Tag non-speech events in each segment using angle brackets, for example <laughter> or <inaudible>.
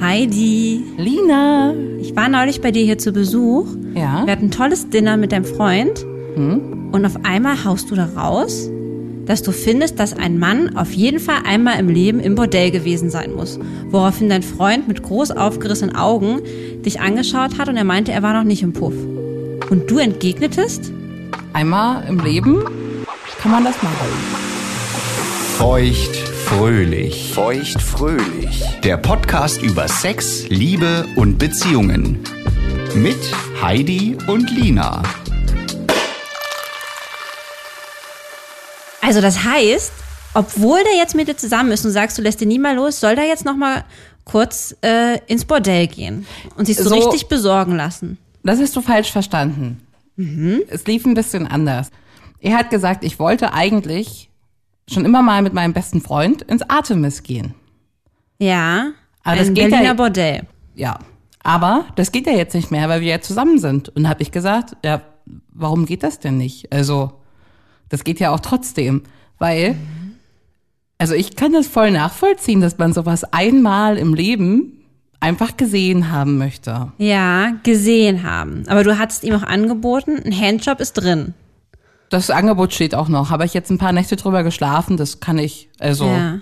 Heidi, Lina. ich war neulich bei dir hier zu Besuch. Ja. Wir hatten ein tolles Dinner mit deinem Freund. Und auf einmal haust du da raus, dass du findest, dass ein Mann auf jeden Fall einmal im Leben im Bordell gewesen sein muss. Woraufhin dein Freund mit groß aufgerissenen Augen dich angeschaut hat und er meinte, er war noch nicht im Puff. Und du entgegnetest? Einmal im Leben kann man das machen. Feucht fröhlich. Feucht fröhlich. Der Podcast über Sex, Liebe und Beziehungen. Mit Heidi und Lina. Also das heißt, obwohl der jetzt mit dir zusammen ist und sagst, du lässt den nie mal los, soll der jetzt noch mal kurz äh, ins Bordell gehen und sich so, So- richtig besorgen lassen. Das hast du falsch verstanden. Es lief ein bisschen anders. Er hat gesagt, ich wollte eigentlich schon immer mal mit meinem besten Freund ins Artemis gehen. Ja, Aber ein das geht Berliner ja- Bordell. Ja. Aber das geht ja jetzt nicht mehr, weil wir ja zusammen sind. Und habe ich gesagt, ja, warum geht das denn nicht? Also, das geht ja auch trotzdem. Weil, also ich kann das voll nachvollziehen, dass man sowas einmal im Leben einfach gesehen haben möchte. Ja, gesehen haben. Aber du hattest ihm auch angeboten, ein Handjob ist drin. Das Angebot steht auch noch. Habe ich jetzt ein paar Nächte drüber geschlafen, das kann ich, also. Ja.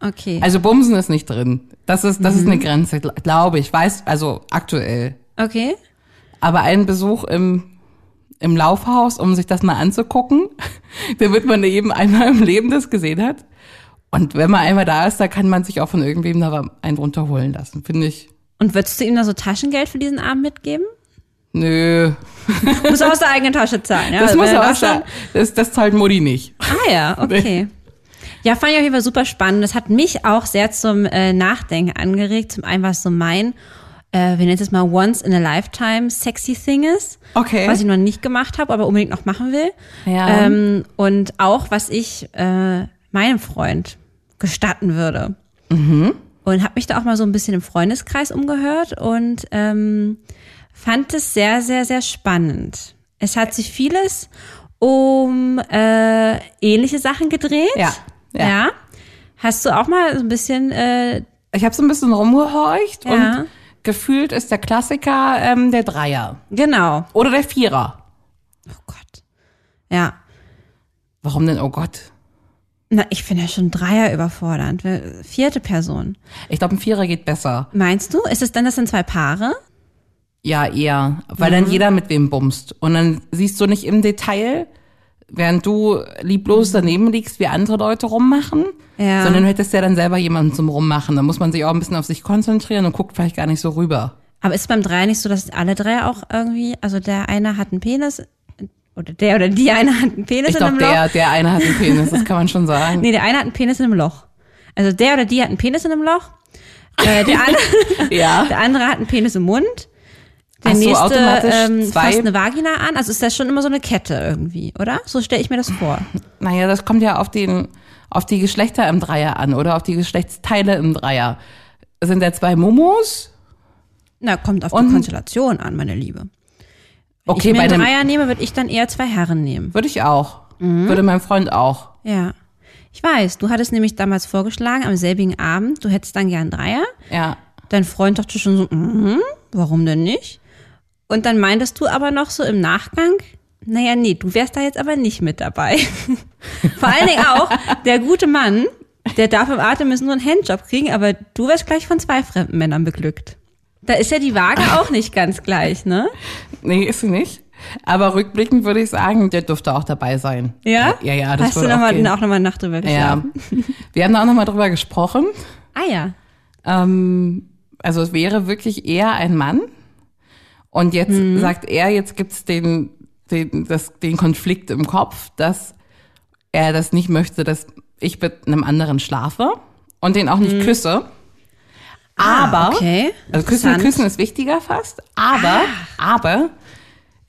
Okay. Also Bumsen ist nicht drin. Das ist, das ist eine Grenze, gl- glaube ich. Weiß, also aktuell. okay. Aber ein Besuch im, im Laufhaus, um sich das mal anzugucken, <laughs> da wird man eben einmal im Leben das gesehen hat. Und wenn man einmal da ist, da kann man sich auch von irgendwem da einen runterholen lassen, finde ich. Und würdest du ihm da so Taschengeld für diesen Abend mitgeben? Nö, Muss er aus der eigenen Tasche zahlen, ja? das Also muss wenn er auch das sein. Das, das zahlt Mutti nicht. dann- Ah <laughs> ja, okay. Ja, fand ich auf jeden Fall super spannend. Das hat mich auch sehr zum äh, Nachdenken angeregt. Zum einen war es so mein, äh, wir nennen es jetzt mal Once in a Lifetime sexy thing ist. Okay. Was ich noch nicht gemacht habe, aber unbedingt noch machen will. Ja. Ähm, und auch, was ich äh, meinem Freund gestatten würde. Mhm. Und habe mich da auch mal so ein bisschen im Freundeskreis umgehört und ähm, fand es sehr, sehr, sehr spannend. Es hat sich vieles um äh, ähnliche Sachen gedreht. Ja, ja. ja. Hast du auch mal so ein bisschen, äh, Ich habe so ein bisschen rumgehorcht Ja. und gefühlt ist der Klassiker ähm, der Dreier genau. oder der Vierer. Oh Gott. Ja. Warum denn? Oh Gott. Na, ich finde ja schon Dreier überfordernd. Wer- Vierte Person. Ich glaube, ein Vierer geht besser. Meinst du? Ist es dann, das sind zwei Paare? Ja, eher. Weil dann Mhm. jeder mit wem bumst. Und dann siehst du nicht im Detail, während du lieblos daneben liegst, wie andere Leute rummachen. Ja. Sondern du hättest ja dann selber jemanden zum Rummachen. Da muss man sich auch ein bisschen auf sich konzentrieren und guckt vielleicht gar nicht so rüber. Aber ist beim Dreier nicht so, dass alle drei auch irgendwie, also der eine hat einen Penis, Oder der oder die eine hat einen Penis Ich in einem glaube, Loch. der, der eine hat einen Penis, das kann man schon <laughs> sagen. Nee, der eine hat einen Penis in einem Loch. Also der oder die hat einen Penis in einem Loch. Äh, <laughs> der, andere, Ja. der andere hat einen Penis im Mund. Der Ach so, nächste automatisch ähm, zwei? fasst eine Vagina an. Also ist das schon immer so eine Kette irgendwie, oder? So stelle ich mir das vor. Naja, das kommt ja auf, den, auf die Geschlechter im Dreier an oder auf die Geschlechtsteile im Dreier. Sind da zwei Momos? Na, kommt auf die Und- Konstellation an, meine Liebe. Wenn Okay, ich mir bei einen dem Dreier Mhm. nehme, würde ich dann eher zwei Herren nehmen. würde ich auch. Würde mein Freund auch. Ja. Ich weiß, du hattest nämlich damals vorgeschlagen, am selbigen Abend, du hättest dann gern Dreier. Ja. Dein Freund dachte schon so, mhm, warum denn nicht? Und dann meintest du aber noch so im Nachgang, naja, nee, du wärst da jetzt aber nicht mit dabei. <laughs> Vor allen Dingen auch, der gute Mann, der darf im Atemmissen nur einen Handjob kriegen, aber du wärst gleich von zwei fremden Männern beglückt. Da ist ja die Waage auch nicht ganz gleich, ne? Nee, ist sie nicht. Aber rückblickend würde ich sagen, der dürfte auch dabei sein. Ja? Ja, ja, das Hast du würde noch auch mal, gehen. auch nochmal eine Nacht drüber Ja. geschlafen? <laughs> Wir haben da auch nochmal drüber gesprochen. Ah ja. Ähm, also es wäre wirklich eher ein Mann. Und jetzt Mhm. sagt er, jetzt gibt's den, den, das, den Konflikt im Kopf, dass er das nicht möchte, dass ich mit einem anderen schlafe und den auch nicht küsse. Aber, Mhm. Ah, okay. also küssen, Interessant. Ah. küssen ist wichtiger fast, aber, aber,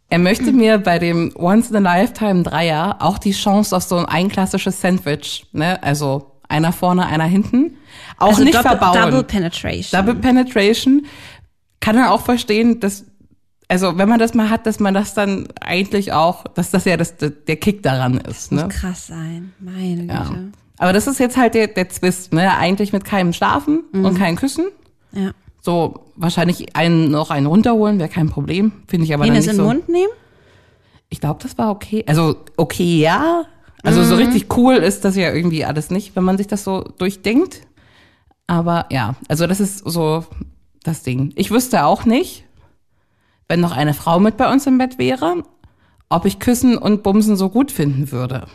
er möchte mir bei dem Once in a Lifetime Dreier auch die Chance auf so ein einklassisches Sandwich, ne, also einer vorne, einer hinten, auch also nicht Doppel- verbauen. Double Penetration. Double Penetration kann er auch verstehen, dass, also wenn man das mal hat, dass man das dann eigentlich auch, dass das ja das, der Kick daran ist. Ne? Krass sein, meine Güte. Ja. Aber das ist jetzt halt der, der Twist, ne? Eigentlich mit keinem Schlafen Mhm. und keinem Küssen. Ja. So, wahrscheinlich einen noch einen runterholen, wäre kein Problem. Finde ich aber dann Penis nicht in den so. Mund nehmen? Ich glaube, das war okay. Also, okay, ja. Also so richtig cool ist das ja irgendwie alles nicht, wenn man sich das so durchdenkt. Aber ja, also das ist so das Ding. Ich wüsste auch nicht, wenn noch eine Frau mit bei uns im Bett wäre, ob ich Küssen und Bumsen so gut finden würde.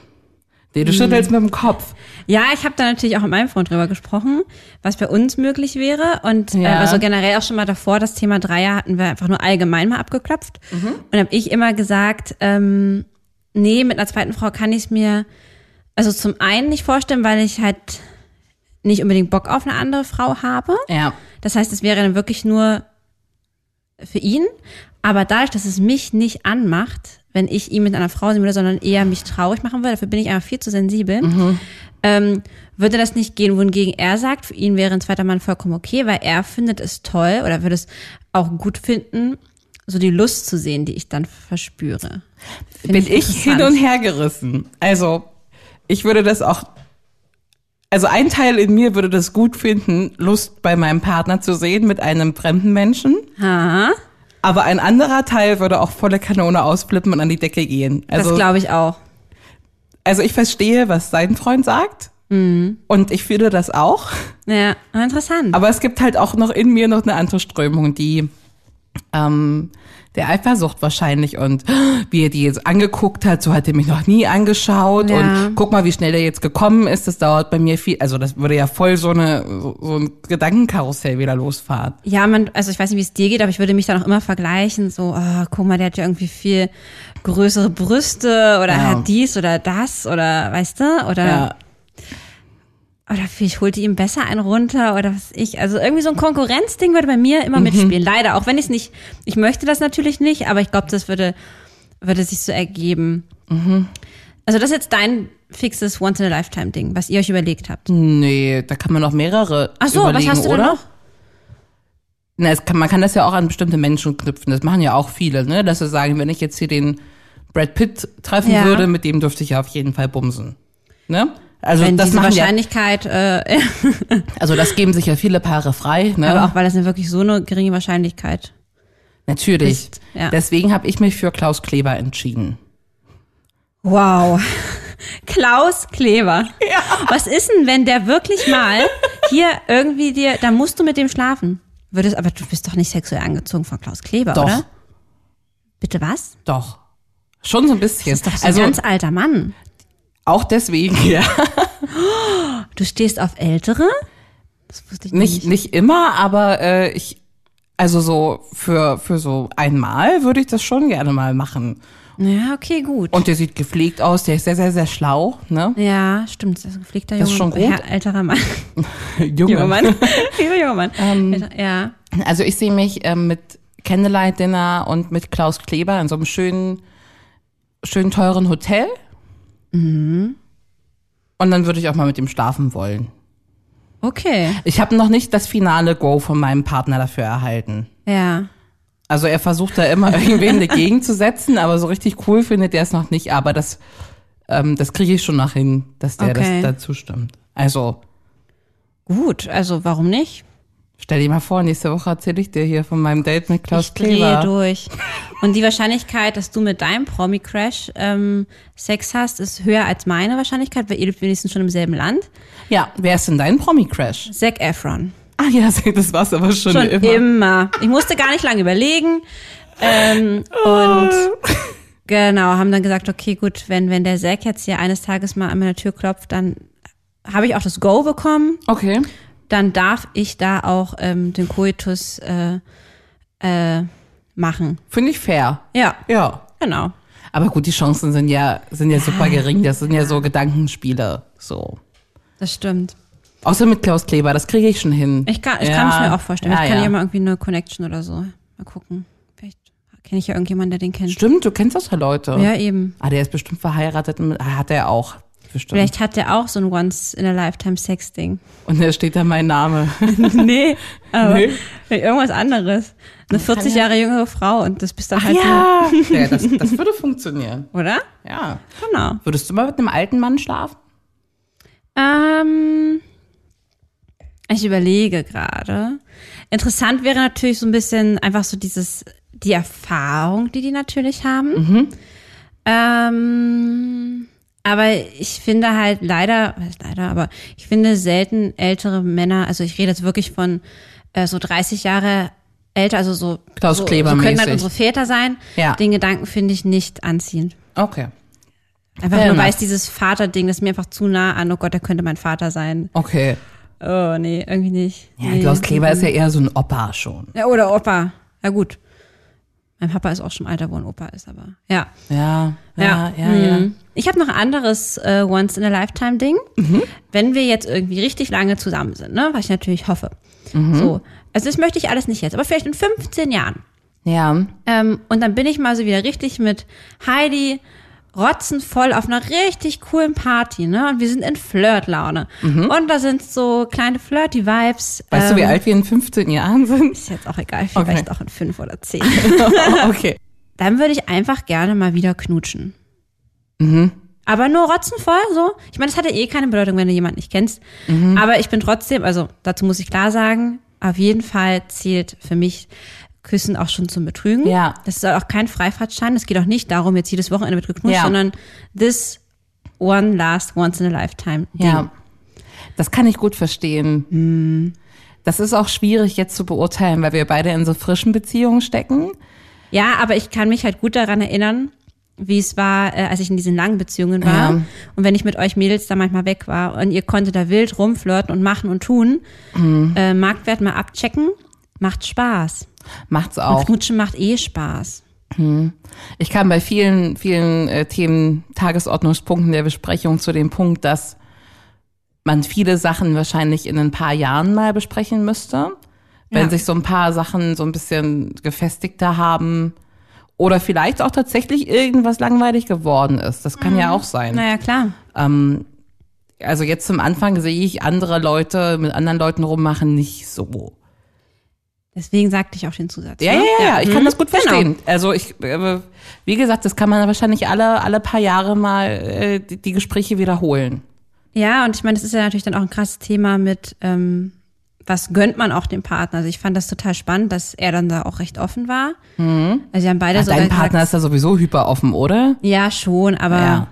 Nee, du schüttelst mit dem Kopf. Ja, ich habe da natürlich auch mit meinem Freund drüber gesprochen, was bei uns möglich wäre. Und äh, Ja. also generell auch schon mal davor, das Thema Dreier hatten wir einfach nur allgemein mal abgeklopft. Und habe ich immer gesagt, ähm, nee, mit einer zweiten Frau kann ich es mir also zum einen nicht vorstellen, weil ich halt nicht unbedingt Bock auf eine andere Frau habe. Ja. Das heißt, es wäre dann wirklich nur für ihn. Aber dadurch, dass es mich nicht anmacht, wenn ich ihn mit einer Frau sehen würde, sondern eher mich traurig machen würde, dafür bin ich einfach viel zu sensibel, ähm, würde das nicht gehen. Wohingegen er sagt, für ihn wäre ein zweiter Mann vollkommen okay, weil er findet es toll oder würde es auch gut finden, so die Lust zu sehen, die ich dann verspüre. Find bin ich hin interessant. und her gerissen. Also, ich würde das auch. Also ein Teil in mir würde das gut finden, Lust bei meinem Partner zu sehen mit einem fremden Menschen. Ha, Aber ein anderer Teil würde auch volle Kanone ausflippen und an die Decke gehen. Also, das glaube ich auch. also ich verstehe, was sein Freund sagt. Mhm. Und ich fühle das auch. Ja, interessant. Aber es gibt halt auch noch in mir noch eine andere Strömung, die ähm, der Eifersucht wahrscheinlich und wie er die jetzt angeguckt hat, so hat er mich noch nie angeschaut Ja. und guck mal, wie schnell er jetzt gekommen ist, das dauert bei mir viel, also das würde ja voll so eine so so ein Gedankenkarussell wieder losfahren. Ja, man, also ich weiß nicht, wie es dir geht, aber ich würde mich dann auch immer vergleichen, so, ah, guck mal, der hat ja irgendwie viel größere Brüste oder Ja. hat dies oder das oder weißt du, oder, Ja. oder vielleicht holt die ihm besser einen runter oder was weiß ich. Also irgendwie so ein Konkurrenzding würde bei mir Mhm. immer mitspielen. Leider, auch wenn ich es nicht, ich möchte das natürlich nicht, aber ich glaube, das würde, würde sich so ergeben. Mhm. Also das ist jetzt dein fixes Once-in-a-Lifetime-Ding, was ihr euch überlegt habt. Nee, da kann man noch mehrere Ach so, was überlegen, hast du denn oder? noch? Na, es kann, man kann das ja auch an bestimmte Menschen knüpfen. Das machen ja auch viele, ne? Dass sie sagen, wenn ich jetzt hier den Brad Pitt treffen Ja. würde, mit dem dürfte ich ja auf jeden Fall bumsen. Ne? Also Wenn das diese machen ja, Wahrscheinlichkeit äh, also das geben sich ja viele Paare frei, ne? Aber auch weil das eine wirklich so eine geringe Wahrscheinlichkeit. Natürlich. Ist- ja. Deswegen habe ich mich für Klaus Kleber entschieden. Wow. <laughs> Klaus Kleber. Was ist denn, wenn der wirklich mal hier irgendwie dir, da musst du mit dem schlafen. Würdest, aber du bist doch nicht sexuell angezogen von Klaus Kleber, Doch, oder? Bitte was? doch. Schon so ein bisschen. Das ist doch so also ein ganz alter Mann. auch deswegen, ja. Du stehst auf Ältere? Das wusste ich <laughs> Nicht, nicht. nicht immer, aber äh, ich, also so für, für so einmal würde ich das schon gerne mal machen. Ja, okay, gut. Und der sieht gepflegt aus, der ist sehr, sehr, sehr schlau, ne? ja, stimmt. Das ist ein gepflegter Das junger, ist schon gut. Herr, älterer <laughs> Mann. Junge. Junger Mann. <laughs> Lieber junger Mann. Ähm. Älter- ja. Also ich sehe mich ähm, mit Candlelight Dinner und mit Klaus Kleber in so einem schönen, schön teuren Hotel. Mhm. Und dann würde ich auch mal mit ihm schlafen wollen. Okay. Ich habe noch nicht das finale Go von meinem Partner dafür erhalten. Ja. Also er versucht da immer <laughs> irgendwen dagegen zu setzen, aber so richtig cool findet er es noch nicht. Aber das, ähm, das kriege ich schon noch hin, dass der Okay. das dazu stimmt. Also Gut, also warum nicht? stell dir mal vor, nächste Woche erzähle ich dir hier von meinem Date mit Klaus ich drehe Kleber. durch. Und die Wahrscheinlichkeit, dass du mit deinem Promi-Crash ähm, Sex hast, ist höher als meine Wahrscheinlichkeit, weil ihr lebt wenigstens schon im selben Land. Ja, wer ist denn dein Promi-Crash? Zac Efron. Ah <laughs> ja, das war's aber schon, Schon immer. immer. Ich musste gar nicht lange überlegen. Ähm, und genau, haben dann gesagt, okay, gut, wenn, wenn der Zack jetzt hier eines Tages mal an meiner Tür klopft, dann habe ich auch das Go bekommen. Okay. Dann darf ich da auch ähm, den Coitus äh, äh, machen. Finde ich fair. Ja, Ja. genau. Aber gut, die Chancen sind ja, sind ja super gering. Das sind ja so Gedankenspiele. So. Das stimmt. Außer mit Klaus Kleber, das kriege ich schon hin. Ich kann ich Ja. kann es mir auch vorstellen. Ja, ich kann ja. ja mal irgendwie eine Connection oder so. Mal gucken. Vielleicht kenne ich ja irgendjemanden, der den kennt. Stimmt, du kennst auch Leute. Ja, eben. Ah, der ist bestimmt verheiratet. Mit, ah, hat er auch. Bestimmt. Vielleicht hat der auch so ein <laughs> Once-in-a-Lifetime-Sex-Ding. Und da steht da mein Name. nee, aber <laughs> Nee. vielleicht irgendwas anderes. Eine 40 Jahre jüngere Frau und das bist dann halt ja das, das würde funktionieren. du, oder? Ja. Genau. Würdest du mal mit einem alten Mann schlafen? Ähm, ich überlege gerade. Interessant wäre natürlich so ein bisschen einfach so dieses, die Erfahrung, die die natürlich haben. Mhm. Ähm, aber ich finde halt leider, was heißt leider, aber ich finde selten ältere Männer, also ich rede jetzt wirklich von äh, so 30 Jahre älter, also so, Klaus so, so Kleber-mäßig. können halt unsere Väter sein. Ja. Den Gedanken finde ich nicht anziehend. Okay. Einfach Fair nur, enough. weil es dieses Vaterding, das ist mir einfach zu nah an, oh Gott, der könnte mein Vater sein. Okay. Oh, nee, irgendwie nicht. Ja, nee. Klaus Kleber ist ja eher so ein Opa schon. Ja, oder Opa. Ja, gut. Mein Papa ist auch schon alter, wo ein Opa ist, aber ja. Ja, ja, ja, ja. Mhm. Ich habe noch ein anderes äh, Once-in-a-Lifetime-Ding. Mhm. Wenn wir jetzt irgendwie richtig lange zusammen sind, ne? was ich natürlich hoffe. Mhm. So. Also das möchte ich alles nicht jetzt, aber vielleicht in 15 Jahren. Ja. Ähm, und dann bin ich mal so wieder richtig mit Heidi rotzenvoll auf einer richtig coolen Party, ne? Und wir sind in Flirtlaune. Und da sind so kleine Flirty-Vibes. Mhm. Weißt du, wie Ähm, alt wir in 15 Jahren <laughs> sind? Ist jetzt auch egal, vielleicht Okay. auch in fünf oder zehn. <laughs> okay. dann würde ich einfach gerne mal wieder knutschen. Mhm. Aber nur rotzenvoll, so. Ich meine, das hat ja eh keine Bedeutung, wenn du jemanden nicht kennst. Mhm. Aber ich bin trotzdem, also dazu muss ich klar sagen, auf jeden Fall zählt für mich Küssen auch schon zum Betrügen. Ja. Das soll auch kein Freifahrtschein. Es geht auch nicht darum, jetzt jedes Wochenende wird geknutscht, Ja. sondern this one last once in a lifetime Ding. Ja. Das kann ich gut verstehen. Mhm. Das ist auch schwierig jetzt zu beurteilen, weil wir beide in so frischen Beziehungen stecken. Ja, aber ich kann mich halt gut daran erinnern, wie es war, äh, als ich in diesen langen Beziehungen war. Ja. Und wenn ich mit euch Mädels da manchmal weg war und ihr konntet da wild rumflirten und machen und tun, Mhm. äh, Marktwert mal abchecken, macht Spaß. Macht's Und auch. Knutschen macht eh Spaß. Ich kam bei vielen, vielen äh, Themen, Tagesordnungspunkten der Besprechung zu dem Punkt, dass man viele Sachen wahrscheinlich in ein paar Jahren mal besprechen müsste, wenn Ja. sich so ein paar Sachen so ein bisschen gefestigter haben oder vielleicht auch tatsächlich irgendwas langweilig geworden ist. Das kann ja auch sein. Naja, klar. Ähm, also jetzt zum Anfang sehe ich andere Leute mit anderen Leuten rummachen nicht so. Deswegen sagte ich auch den Zusatz. Ja, ja, ne? ja, ja, ich kann Mhm. das gut Genau. verstehen. Also ich, äh, wie gesagt, das kann man wahrscheinlich alle, alle paar Jahre mal äh, die, die Gespräche wiederholen. Ja, und ich meine, das ist ja natürlich dann auch ein krasses Thema mit, ähm, was gönnt man auch dem Partner? Also ich fand das total spannend, dass er dann da auch recht offen war. Also sie haben beide so Mhm. Dein gesagt, Partner ist da sowieso hyper offen, oder? Ja, schon, aber, Ja.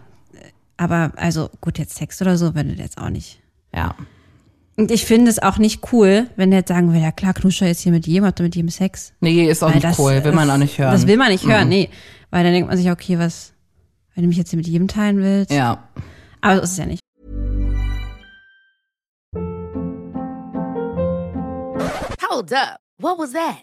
aber also gut, jetzt Sex oder so würde der jetzt auch nicht. Ja. Und ich finde es auch nicht cool, wenn der jetzt sagen würde, ja klar, knusche jetzt hier mit jedem, habt ihr mit jedem Sex. Nee, ist auch Weil nicht das- cool, will man auch nicht hören. Mhm. Das will man nicht hören, nee. Weil dann denkt man sich, okay, was, wenn du mich jetzt hier mit jedem teilen willst. Ja. Aber so ist es ja nicht. Hold up. What was that?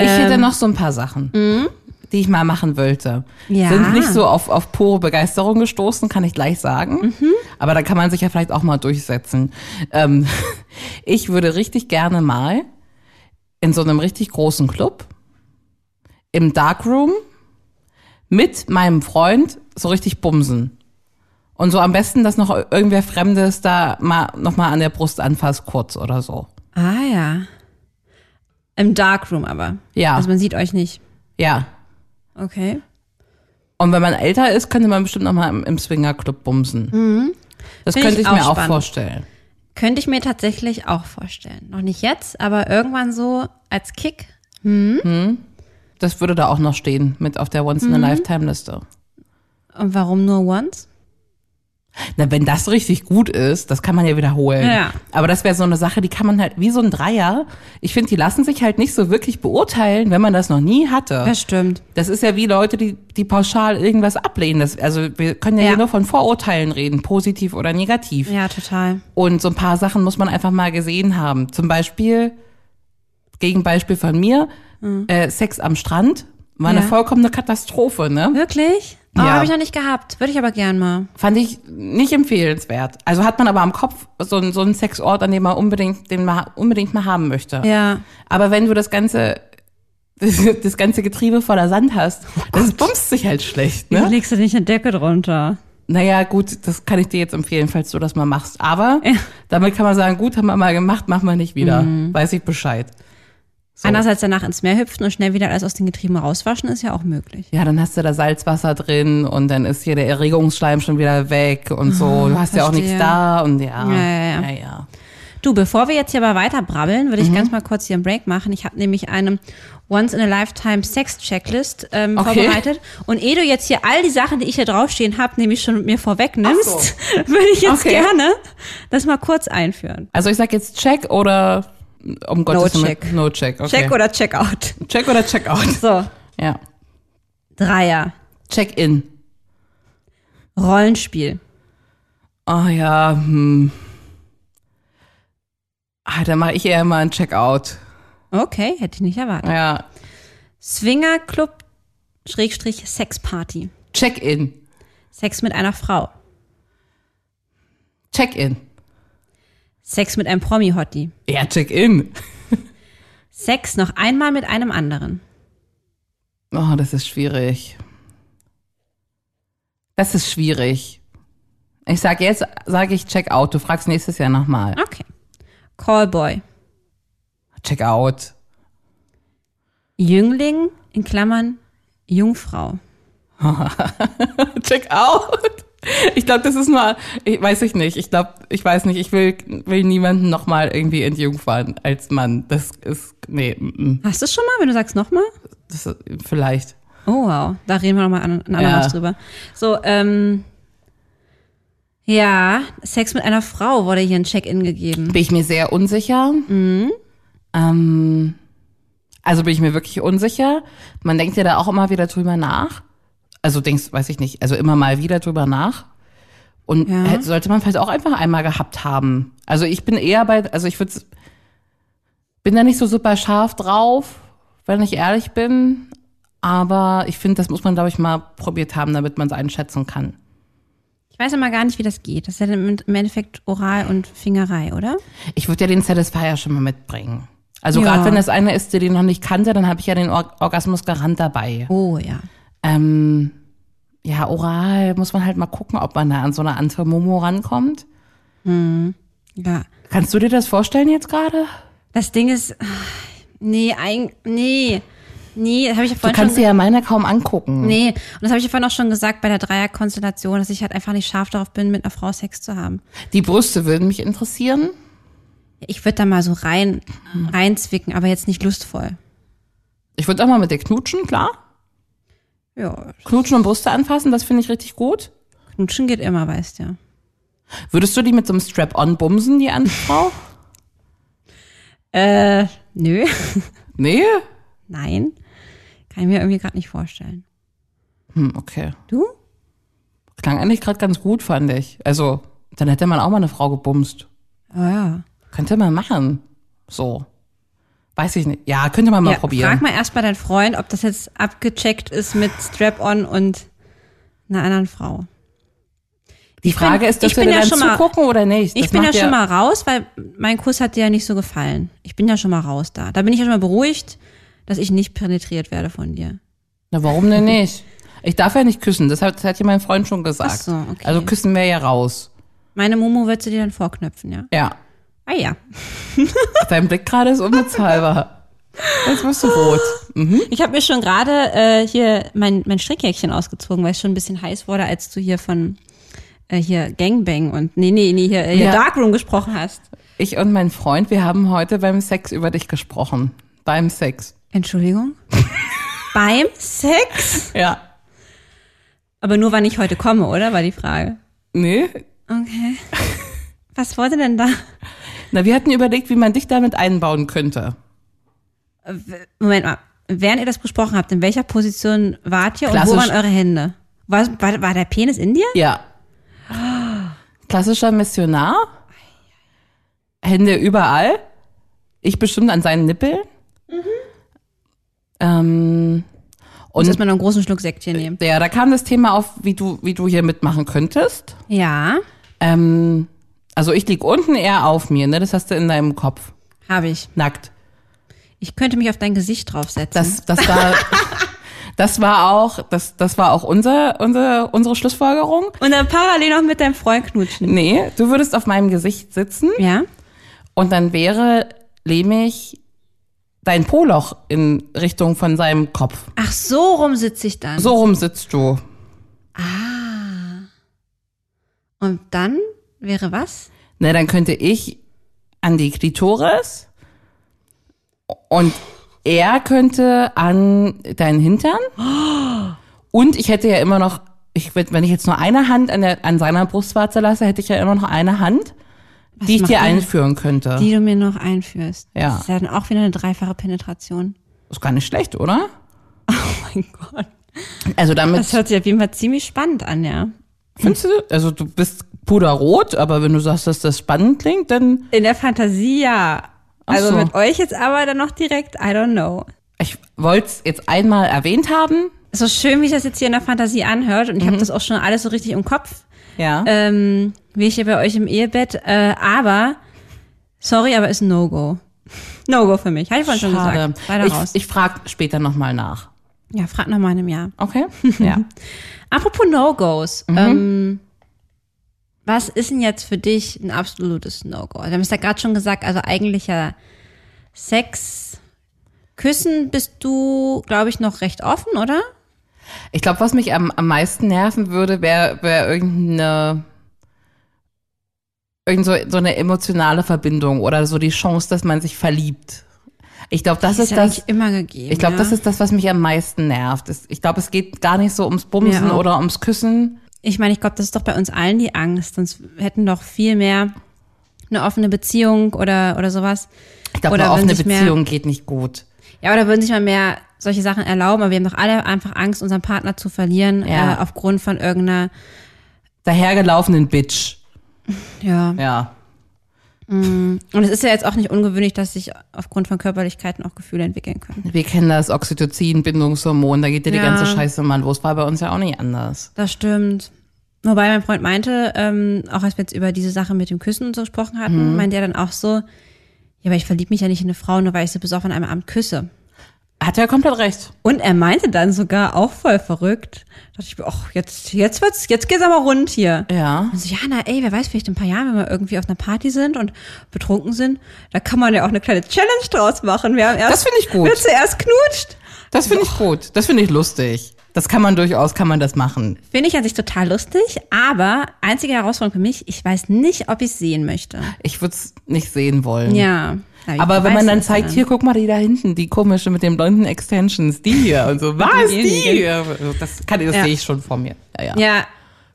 Ich Ähm, Mhm. hätte noch so ein paar Sachen, die ich mal machen wollte. Ja. Sind nicht so auf, auf pure Begeisterung gestoßen, kann ich gleich sagen. Mhm. Aber da kann man sich ja vielleicht auch mal durchsetzen. Ähm, <laughs> ich würde richtig gerne mal in so einem richtig großen Club im Darkroom mit meinem Freund so richtig bumsen. Und so am besten, dass noch irgendwer Fremdes da mal, noch mal an der Brust anfasst, kurz oder so. Ah ja. Im Darkroom aber. Ja. Also man sieht euch nicht. Ja. Okay. Und wenn man älter ist, könnte man bestimmt nochmal im, im Swingerclub bumsen. Das Finde könnte Mhm. ich ich, mir auch auch spannend. vorstellen. Könnte ich mir tatsächlich auch vorstellen. Noch nicht jetzt, aber irgendwann so als Kick. Das würde da auch noch stehen mit auf der Mhm. Once-in-a-Lifetime-Liste. Und warum nur once? Na, wenn das richtig gut ist, das kann man ja wiederholen. Ja. Aber das wäre so eine Sache, die kann man halt wie so ein Dreier. Ich finde, die lassen sich halt nicht so wirklich beurteilen, wenn man das noch nie hatte. Das stimmt. Das ist ja wie Leute, die, die pauschal irgendwas ablehnen. Das, also wir können ja, Ja. hier nur von Vorurteilen reden, positiv oder negativ. Ja, total. Und so ein paar Sachen muss man einfach mal gesehen haben. Zum Beispiel, Gegenbeispiel von mir, äh, Sex am Strand war eine Mhm. Ja. vollkommene Katastrophe, ne? Wirklich? Oh, Ja. habe ich noch nicht gehabt. Würde ich aber gern mal. Fand ich nicht empfehlenswert. Also hat man aber am Kopf so, einen- so einen Sexort, an dem man unbedingt, den man ha- unbedingt mal haben möchte. Ja. Aber wenn du das ganze, <laughs> das, das ganze Getriebe voller Sand hast, Oh das bumst sich halt schlecht, ne? legst du nicht eine Decke drunter? Naja, gut, das kann ich dir jetzt empfehlen, falls du das mal machst. Aber damit kann man sagen, gut, haben wir mal gemacht, machen wir nicht wieder. Mhm. Weiß ich Bescheid. Andererseits danach ins Meer hüpfen und schnell wieder alles aus den Getrieben rauswaschen, ist ja auch möglich. Ja, dann hast du da Salzwasser drin und dann ist hier der Erregungsschleim schon wieder weg und so. Du hast ja auch Ah, verstehe. nichts da und ja. Ja, ja, ja. Du, bevor wir jetzt hier aber weiter brabbeln, Mhm. würde ich ganz mal kurz hier einen Break machen. Ich habe nämlich eine Once-in-a-Lifetime-Sex-Checklist ähm, Okay. vorbereitet. Und ehe du jetzt hier all die Sachen, die ich hier draufstehen habe, nämlich schon mit mir vorwegnimmst, <laughs> würde ich jetzt Okay. gerne das mal kurz einführen. Also ich sag jetzt Check oder um Gottes Willen. check. No Check. Okay. Check oder Check-out. Check oder Check <laughs> out. So, Ja. Dreier, Check in. Rollenspiel, Oh ja. Hm. Ah, dann mache ich eher mal ein Check out. Okay, hätte ich nicht erwartet. Ja. Swinger Club Schrägstrich Sexparty. Check in. Sex mit einer Frau. Check in. Sex mit einem Promi-Hottie. Ja, Check in. Sex noch einmal mit einem anderen. Oh, das ist schwierig. Das ist schwierig. Ich sag jetzt, sage ich Check out. Du fragst nächstes Jahr nochmal. Okay. Callboy. Check out. Jüngling in Klammern Jungfrau. <laughs> Check out. Ich glaube, das ist nur, ich weiß ich nicht. Ich glaube, ich weiß nicht. Ich will, will niemanden nochmal irgendwie entjungfern als Mann. Das ist, nee, mm, mm. Hast du es schon mal, wenn du sagst nochmal? das ist, vielleicht. Oh wow, da reden wir nochmal an, ein andermal Ja. drüber. So, ähm, ja, Sex mit einer Frau wurde hier ein Check-in gegeben. Bin ich mir sehr unsicher. Ähm, also bin ich mir wirklich unsicher. Man denkt ja da auch immer wieder drüber nach. Also denkst, weiß ich nicht, also immer mal wieder drüber nach. Und Ja. hätte- sollte man vielleicht auch einfach einmal gehabt haben. Also ich bin eher bei, also ich würde, bin da nicht so super scharf drauf, wenn ich ehrlich bin. Aber ich finde, das muss man, glaube ich, mal probiert haben, damit man es einschätzen kann. Ich weiß immer gar nicht, wie das geht. Das ist ja dann im Endeffekt Oral und Fingerei, oder? Ich würde ja den Satisfier schon mal mitbringen. Also Ja. gerade wenn das einer ist, der den noch nicht kannte, dann habe ich ja den Or Orgasmus garant dabei. Oh ja. Ähm, ja, oral muss man halt mal gucken, ob man da an so eine Antimumu rankommt. Ja. Kannst du dir das vorstellen jetzt gerade? Das Ding ist, ah, nee, eigentlich, nee, nee, das habe ich ja Du vorhin kannst schon dir ja meine kaum angucken. Nee, und das habe ich ja vorhin auch schon gesagt bei der Dreierkonstellation, dass ich halt einfach nicht scharf darauf bin, mit einer Frau Sex zu haben. Die Brüste würden mich interessieren. Ich würde da mal so rein, reinzwicken, aber jetzt nicht lustvoll. Ich würde auch mal mit dir knutschen, klar. Ja, Knutschen und Brüste anfassen, das finde ich richtig gut. knutschen geht immer, weißt ja. Würdest du die mit so einem Strap-on bumsen, die andere <laughs> Frau? Äh, nö. <laughs> Nee? Nein. Kann ich mir irgendwie gerade nicht vorstellen. Hm, okay. Du? Klang eigentlich gerade ganz gut, fand ich. Also, dann hätte man auch mal eine Frau gebumst. Ah ja. Könnte man machen. So. Weiß ich nicht. Ja, könnte man mal ja probieren. Frag mal erst mal deinen Freund, ob das jetzt abgecheckt ist mit Strap-on und einer anderen Frau. die ich bin- Frage ist, ich dass wir bin ja dann schon mal- zugucken oder nicht. Ich Das bin ja macht schon mal raus, weil mein Kuss hat dir ja nicht so gefallen. Ich bin ja schon mal raus da. Da bin ich ja schon mal beruhigt, dass ich nicht penetriert werde von dir. Na, warum denn nicht? Ich darf ja nicht küssen, das hat, das hat ja mein Freund schon gesagt. Ach so, okay. Also küssen wir ja raus. Meine Momo wird sie dir dann vorknöpfen, ja? Ja. Ah ja. Dein Blick gerade ist unbezahlbar. Jetzt wirst du rot. Mhm. <laughs> Ich habe mir schon gerade äh, hier mein, mein Strickjäckchen ausgezogen, weil es schon ein bisschen heiß wurde, als du hier von äh, hier Gangbang und nee, nee, nee, hier, äh, hier Ja. Darkroom gesprochen hast. Ich und mein Freund, wir haben heute beim Sex über dich gesprochen. Beim Sex. Entschuldigung? <laughs> Beim Sex? Ja. Aber nur, wann ich heute komme, oder? War die Frage. Nee? Okay. Was wurde denn da? Na, wir hatten überlegt, wie man dich damit einbauen könnte. Moment mal. Während ihr das besprochen habt, in welcher Position wart ihr Klassisch. und wo waren eure Hände? War, war, war der Penis in dir? Ja. Klassischer Missionar. Hände überall. Ich bestimmt an seinen Nippeln. Und Ähm, und dass man noch einen großen Schluck Sekt hier nehmen. ja, da kam das Thema auf, wie du, wie du hier mitmachen könntest. Ja, Ähm, also ich lieg unten, er auf mir, ne? Das hast du in deinem Kopf. habe ich. Nackt. Ich könnte mich auf dein Gesicht draufsetzen. Das, das war, das war auch, das, das war auch unser, unser, unsere Schlussfolgerung. und dann parallel noch mit deinem Freund knutschen. Nee, du würdest auf meinem Gesicht sitzen Ja? und dann wäre Lehmig dein Poloch in Richtung von seinem Kopf. Ach, so rum sitze ich dann. So rum sitzt du. Und dann wäre was? Ne, dann könnte ich an die Klitoris und er könnte an deinen Hintern. Und ich hätte ja immer noch, ich, würd- wenn ich jetzt nur eine Hand an, der, an seiner Brustwarze lasse, hätte ich ja immer noch eine Hand, die ich macht dir ihr? einführen könnte. Die du mir noch einführst. Ja. Das ist ja dann auch wieder eine dreifache Penetration. ist gar nicht schlecht, oder? Oh mein Gott. Also damit Das hört sich auf jeden Fall ziemlich spannend an, ja. findest du, also du bist puderrot, aber wenn du sagst, dass das spannend klingt, dann In der Fantasie ja. Also so. mit euch jetzt aber dann noch direkt, I don't know. ich wollte es jetzt einmal erwähnt haben. So schön, wie ich das jetzt hier in der Fantasie anhört und ich hab Mhm. habe das auch schon alles so richtig im Kopf, Ja. ähm, wie ich hier bei euch im Ehebett, äh, aber sorry, aber ist ein No-Go. <laughs> No-Go für mich, hatte ich vorhin schon Schade. gesagt. Weiter Ich, raus. ich frage später nochmal nach. ja, frag noch mal in einem Jahr. Okay? <laughs> Ja. Apropos No-Gos, Mhm. ähm, was ist denn jetzt für dich ein absolutes No-Go? Wir haben es ja gerade schon gesagt, also eigentlicher Sex, Küssen bist du, glaube ich, noch recht offen, oder? Ich glaube, was mich am, am meisten nerven würde, wäre wär irgendeine irgend so, so eine emotionale Verbindung oder so die Chance, dass man sich verliebt. Ich glaube, das ist, ja das. eigentlich immer gegeben. Ich glaube, ja? das ist das, was mich am meisten nervt. Es- Ich glaube, es geht gar nicht so ums Bumsen Mir auch. oder ums Küssen. Ich meine, ich glaube, das ist doch bei uns allen die Angst. Sonst hätten doch viel mehr eine offene Beziehung oder, oder sowas. Ich glaube, Oder eine wenn offene sich mehr- Beziehung geht nicht gut. Ja, oder würden sich mal mehr solche Sachen erlauben, aber wir haben doch alle einfach Angst, unseren Partner zu verlieren, Ja. äh, aufgrund von irgendeiner, Dahergelaufenen Bitch. ja. Ja. Und es ist ja jetzt auch nicht ungewöhnlich, dass sich aufgrund von Körperlichkeiten auch Gefühle entwickeln können. Wir kennen das Oxytocin, Bindungshormon, da geht dir die Ja. ganze Scheiße mal los. War bei uns ja auch nicht anders. Das stimmt. Wobei mein Mhm. Freund meinte, ähm, auch als wir jetzt über diese Sache mit dem Küssen und so gesprochen hatten, meinte er dann auch so, Ja, aber ich verliebe mich ja nicht in eine Frau, nur weil ich sie besoffen einmal am küsse. Hat er komplett recht. Und er meinte dann sogar, auch voll verrückt, dachte ich mir, ach, jetzt, jetzt wird's, jetzt geht's aber rund hier. Ja. Also, ja, na, ey, wer weiß, vielleicht in ein paar Jahren, wenn wir irgendwie auf einer Party sind und betrunken sind, da kann man ja auch eine kleine Challenge draus machen. Wer am erst, Das finde ich gut. Wer zuerst knutscht. Das finde ich gut. Das finde ich lustig. Das kann man durchaus, kann man das machen. Finde ich an sich total lustig, aber einzige Herausforderung für mich, ich weiß nicht, ob ich sehen möchte. Ich würde es nicht sehen wollen. Ja. Hm. Aber wenn man dann zeigt zeigt, hier, guck mal, die da hinten, die komische mit den blonden Extensions, die hier Also, und so, was, die hier? Also Das, kann, das Ja. sehe ich schon vor mir. Ja, ja. Ja.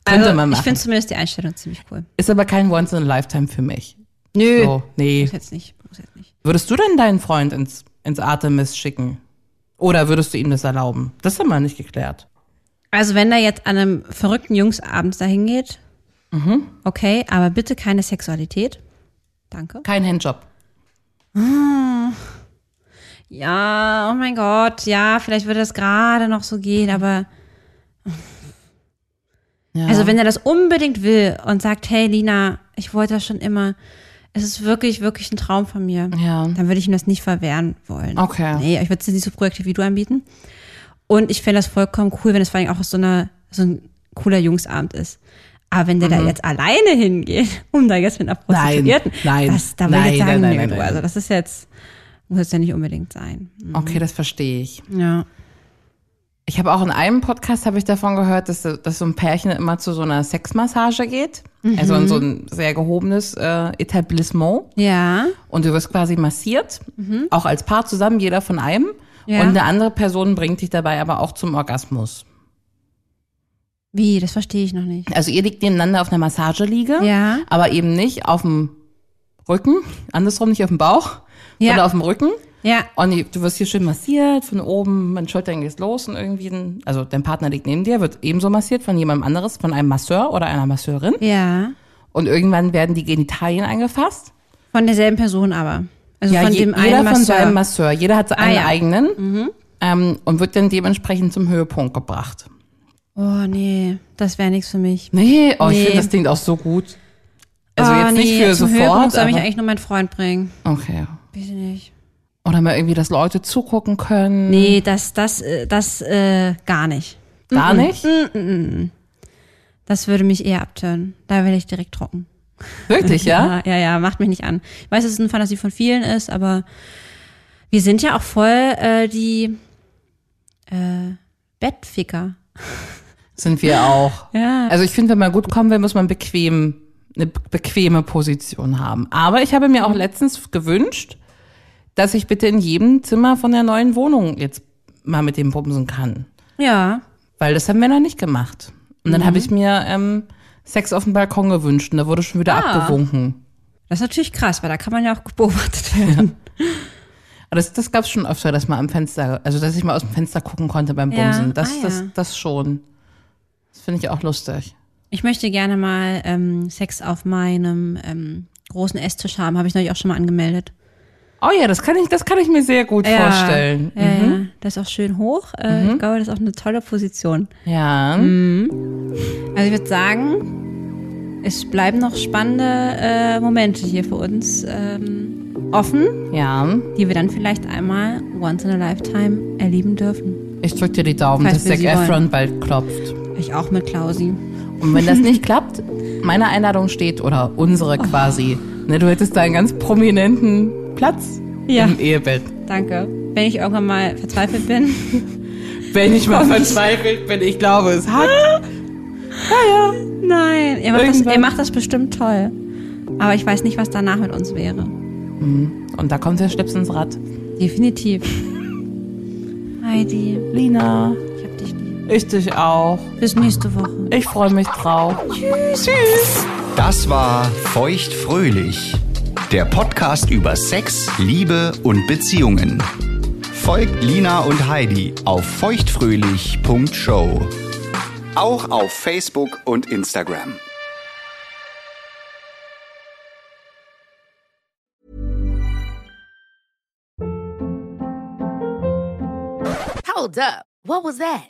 Könnte also, man Ich machen. finde zumindest die Einstellung ziemlich cool. Ist aber kein Once-in-a-Lifetime für mich. Nö. So, nee. Muss jetzt nicht. Muss jetzt nicht. Würdest du denn deinen Freund ins, ins Artemis schicken? Oder würdest du ihm das erlauben? Das haben wir nicht geklärt. Also, wenn er jetzt an einem verrückten Jungsabend dahin geht, Mhm. okay, aber bitte keine Sexualität. Danke. Kein Handjob. Ja, oh mein Gott, ja, vielleicht würde das gerade noch so gehen, aber. Also, wenn er das unbedingt will und sagt, hey Lina, ich wollte das schon immer, es ist wirklich, wirklich ein Traum von mir, Ja. dann würde ich ihm das nicht verwehren wollen. Okay. Nee, ich würde es nicht so projektiv wie du anbieten. Und ich fände das vollkommen cool, wenn es vor allem auch so, eine, so ein cooler Jungsabend ist. Aber wenn der da jetzt alleine hingeht, <laughs> um da jetzt mit einer Mhm. Nein, Prostituierten, nein, das, da würde ich nein, jetzt sagen, nein, nein, nö, nein, du, nein. also das ist jetzt, muss jetzt ja nicht unbedingt sein. Okay, das verstehe ich. Ja. Ich habe auch in einem Podcast habe ich davon gehört, dass, dass so ein Pärchen immer zu so einer Sexmassage geht. Mhm. Also in so ein sehr gehobenes äh, Etablissement. Ja. Und du wirst quasi massiert, auch als Paar zusammen, jeder von einem. Mhm. Ja. Und eine andere Person bringt dich dabei aber auch zum Orgasmus. Wie? Das verstehe ich noch nicht. Also ihr liegt nebeneinander auf einer Massageliege, Ja. aber eben nicht auf dem Rücken, andersrum nicht auf dem Bauch, Ja. sondern auf dem Rücken. Ja. Und die- Oh du wirst hier schön massiert, von oben, an den Schultern geht's los und irgendwie, ein, also dein Partner liegt neben dir, wird ebenso massiert von jemandem anderes, von einem Masseur oder einer Masseurin. Ja. Und irgendwann werden die Genitalien eingefasst. Von derselben Person aber. Also von je- dem jeder einen von seinem Masseur. Masseur. Ah, Jeder hat seinen ja. eigenen ähm, und wird dann dementsprechend zum Höhepunkt gebracht. Oh nee, das wäre nichts für mich. Nee, oh, ich Nee. finde das Ding auch so gut. Also oh, jetzt nicht nee, für zum sofort. Höhepunkt soll mich aber- eigentlich nur mein Freund bringen. okay. Bitte nicht. Oder mal irgendwie, dass Leute zugucken können. Nee, das, das, äh, das äh, gar nicht. Gar nicht? Das würde mich eher abtönen. Da werde ich direkt trocken. Wirklich, <laughs> ja? Ja, ja, ja, macht mich nicht an. Ich weiß, dass es eine Fantasie von vielen ist, aber wir sind ja auch voll äh, die äh, Bettficker. Sind wir auch. Ja. Also ich finde, wenn man gut kommen will, muss man bequem, eine be- bequeme Position haben. Aber ich habe mir auch letztens gewünscht, dass ich bitte in jedem Zimmer von der neuen Wohnung jetzt mal mit dem bumsen kann. Ja. Weil das haben wir noch nicht gemacht. Und dann Mhm. habe ich mir ähm, Sex auf dem Balkon gewünscht und da wurde schon Ah. wieder abgewunken. Das ist natürlich krass, weil da kann man ja auch beobachtet werden. Aber das, das gab es schon öfter, dass man am Fenster, also dass ich mal aus dem Fenster gucken konnte beim Ja, Bumsen. Das, ah, das, ja. das schon. Das finde ich auch lustig. Ich möchte gerne mal ähm, Sex auf meinem ähm, großen Esstisch haben, habe ich neulich auch schon mal angemeldet. Oh ja, das kann ich, das kann ich mir sehr gut vorstellen. Ja, ja. Das ist auch schön hoch. Äh, Ich glaube, das ist auch eine tolle Position. Ja. Also ich würde sagen, es bleiben noch spannende äh, Momente hier für uns ähm, offen, Ja. die wir dann vielleicht einmal once in a lifetime erleben dürfen. Ich drücke dir die Daumen, Falls dass wir Zac sie wollen. Efron bald klopft. Ich auch mit Klausi. Und wenn das nicht klappt, meine Einladung steht, oder unsere quasi. Ne, du hättest da einen ganz prominenten Platz Ja. im Ehebett. Danke. Wenn ich irgendwann mal verzweifelt bin. Wenn ich mal verzweifelt bin, ich glaube, es hat. Nein, ihr macht, das, Irgendwann- ihr macht das bestimmt toll. Aber ich weiß nicht, was danach mit uns wäre. Und da kommt der Schlips ins Rad. Definitiv. Heidi, Lina, ich hab dich lieb. ich dich auch. Bis nächste Woche. Ich freue mich drauf. Das war Feuchtfröhlich, der Podcast über Sex, Liebe und Beziehungen. Folgt Lina und Heidi auf feuchtfröhlich.show. Auch auf Facebook und Instagram. Hold up. What was that?